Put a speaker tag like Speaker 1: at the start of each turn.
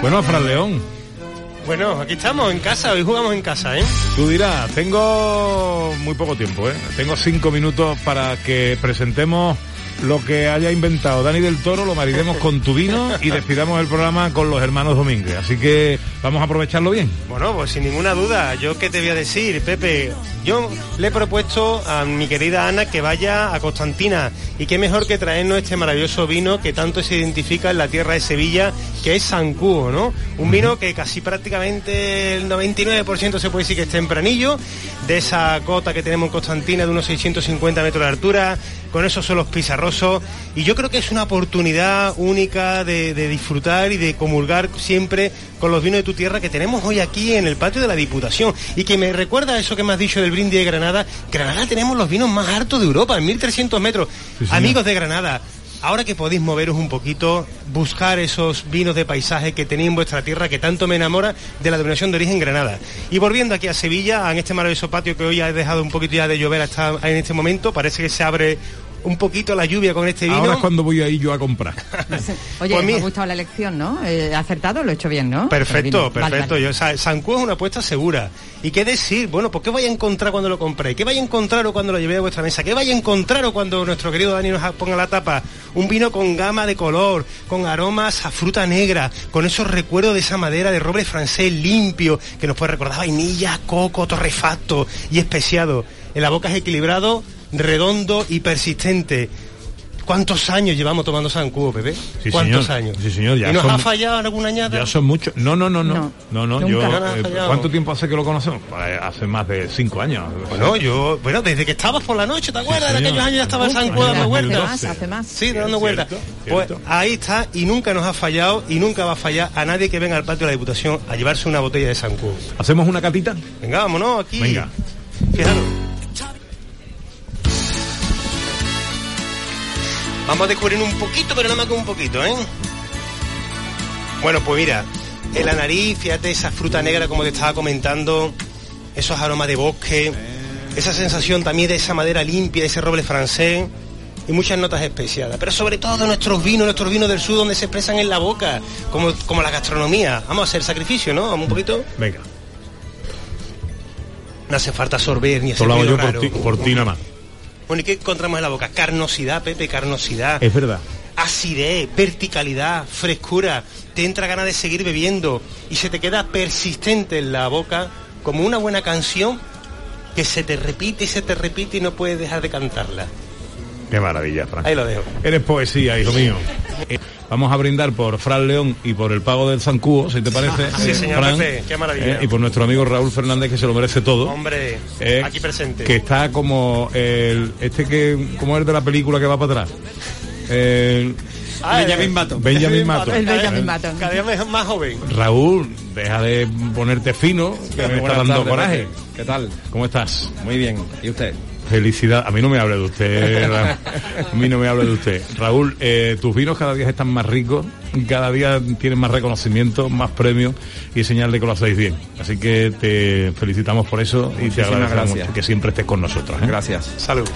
Speaker 1: Bueno, Fran León,
Speaker 2: Bueno, aquí estamos, en casa, hoy jugamos en casa, ¿eh?
Speaker 1: tú dirás, tengo muy poco tiempo, ¿eh? Tengo cinco minutos para que presentemos lo que haya inventado Dani del Toro, lo maridemos con tu vino y despidamos el programa con los hermanos Domínguez. Así que vamos a aprovecharlo bien.
Speaker 2: Bueno, pues sin ninguna duda, yo qué te voy a decir, Pepe. Yo le he propuesto a mi querida Ana que vaya a Constantina y qué mejor que traernos este maravilloso vino que tanto se identifica en la tierra de Sevilla, que es Sancuo, ¿no? Un vino que casi prácticamente el 99% se puede decir que es tempranillo, de esa cota que tenemos en Constantina de unos 650 metros de altura, con esos solos pizarrosos. Y yo creo que es una oportunidad única de, de disfrutar y de comulgar siempre con los vinos de tu tierra que tenemos hoy aquí en el patio de la Diputación. Y que me recuerda a eso que me has dicho del brindis de Granada. Granada tenemos los vinos más altos de Europa, en 1300 metros.
Speaker 1: Sí, señor.
Speaker 2: Amigos de Granada. Ahora que podéis moveros un poquito, buscar esos vinos de paisaje que tenéis en vuestra tierra, que tanto me enamora de la denominación de origen Granada. Y volviendo aquí a Sevilla, en este maravilloso patio que hoy ha dejado un poquito ya de llover hasta en este momento, parece que se abre un poquito la lluvia con este vino.
Speaker 1: Ahora es cuando voy a ir yo a comprar.
Speaker 3: Oye,
Speaker 2: Pues
Speaker 3: me
Speaker 2: mira-
Speaker 3: ha gustado la elección, ¿no? Eh, acertado, lo he hecho bien, ¿no?
Speaker 2: Perfecto,
Speaker 3: Adivino. Vale,
Speaker 2: perfecto.
Speaker 3: vale.
Speaker 2: Yo, Sa- Sancuo es una apuesta segura. ¿Y qué decir? Bueno, pues ¿qué vais a encontrar cuando lo compréis? ¿Qué vais a encontrar o cuando lo llevéis a vuestra mesa? ¿Qué vais a encontrar o cuando nuestro querido Dani nos ponga la tapa? Un vino con gama de color, con aromas a fruta negra, con esos recuerdos de esa madera de roble francés limpio que nos puede recordar vainilla, coco, torrefacto y especiado. En la boca es equilibrado, redondo y persistente. ¿Cuántos años llevamos tomando Sancuo, bebé?
Speaker 1: Sí,
Speaker 2: ¿Cuántos
Speaker 1: señor.
Speaker 2: años?
Speaker 1: Sí, señor, ya
Speaker 2: ¿Y nos
Speaker 1: son-
Speaker 2: ha fallado en alguna añada?
Speaker 1: Ya son muchos. No, no, no, no.
Speaker 3: No.
Speaker 1: No, no,
Speaker 3: Nunca.
Speaker 1: yo.
Speaker 2: Nada,
Speaker 1: eh,
Speaker 2: fallado.
Speaker 1: ¿Cuánto tiempo hace que lo conocemos? Pues, hace más de cinco años.
Speaker 2: Bueno, yo, bueno, desde que estabas por la noche, ¿te acuerdas? de
Speaker 1: señor.
Speaker 2: aquellos años ya estaba en
Speaker 1: Uf,
Speaker 2: San
Speaker 1: año
Speaker 2: Juan dando
Speaker 1: 2012.
Speaker 2: vueltas.
Speaker 3: Hace más, hace más.
Speaker 2: Sí, dando
Speaker 1: Cierto,
Speaker 2: vueltas. Pues
Speaker 1: cierto.
Speaker 2: ahí está, y nunca nos ha fallado, y nunca va a fallar a nadie que venga al patio de la Diputación a llevarse una botella de San Juan.
Speaker 1: ¿Hacemos una catita?
Speaker 2: Venga, vámonos aquí.
Speaker 1: Venga.
Speaker 2: Fijaros. Vamos a descubrir un poquito, pero nada más que un poquito, ¿eh? Bueno, pues mira, en la nariz, fíjate esa fruta negra como te estaba comentando, esos aromas de bosque, esa sensación también de esa madera limpia, de ese roble francés y muchas notas especiadas. Pero sobre todo nuestros vinos, nuestros vinos del sur donde se expresan en la boca, como, como la gastronomía. Vamos a hacer sacrificio, ¿no? Vamos un poquito.
Speaker 1: Venga.
Speaker 2: No hace falta sorber ni
Speaker 1: Esto
Speaker 2: hacer
Speaker 1: lo hago
Speaker 2: ruido
Speaker 1: yo por
Speaker 2: raro.
Speaker 1: ti, por ti nada más.
Speaker 2: Bueno, ¿y qué encontramos en la boca? Carnosidad, Pepe, carnosidad.
Speaker 1: Es verdad.
Speaker 2: Acidez, verticalidad, frescura. Te entra ganas de seguir bebiendo y se te queda persistente en la boca como una buena canción que se te repite y se te repite y no puedes dejar de cantarla.
Speaker 1: Qué maravilla, Fran.
Speaker 2: Ahí lo dejo.
Speaker 1: Eres poesía, hijo mío. Eh, Vamos a brindar por Fran León y por el pago del Zancudo, si te parece.
Speaker 2: Sí, señor
Speaker 1: Fran,
Speaker 2: Pepe, qué maravilla.
Speaker 1: eh, y por nuestro amigo Raúl Fernández, que se lo merece todo.
Speaker 2: Hombre,
Speaker 1: Eh,
Speaker 2: aquí presente.
Speaker 1: Que está como el. Este que. como el de la película que va para atrás? El-
Speaker 2: Ah, el-
Speaker 4: Benjamin Button.
Speaker 1: Benjamin Button.
Speaker 3: El Benjamin
Speaker 1: Eh,
Speaker 3: Button.
Speaker 2: Cada vez más joven.
Speaker 1: Raúl, deja de ponerte fino, que me está
Speaker 4: Buenas
Speaker 1: dando
Speaker 4: tardes,
Speaker 1: coraje. ¿Eh?
Speaker 4: Pepe. ¿Qué tal?
Speaker 1: ¿Cómo estás?
Speaker 4: Muy bien. ¿Y usted?
Speaker 1: Felicidad. A mí no me hable de usted. Ra- A mí no me hable de usted. Raúl, eh, tus vinos cada día están más ricos, cada día tienen más reconocimiento, más premios y señal de que lo hacéis bien. Así que te felicitamos por eso y te
Speaker 4: Muchísimas
Speaker 1: agradecemos
Speaker 4: gracias.
Speaker 1: mucho que siempre estés con nosotros. ¿eh?
Speaker 4: Gracias.
Speaker 2: Salud.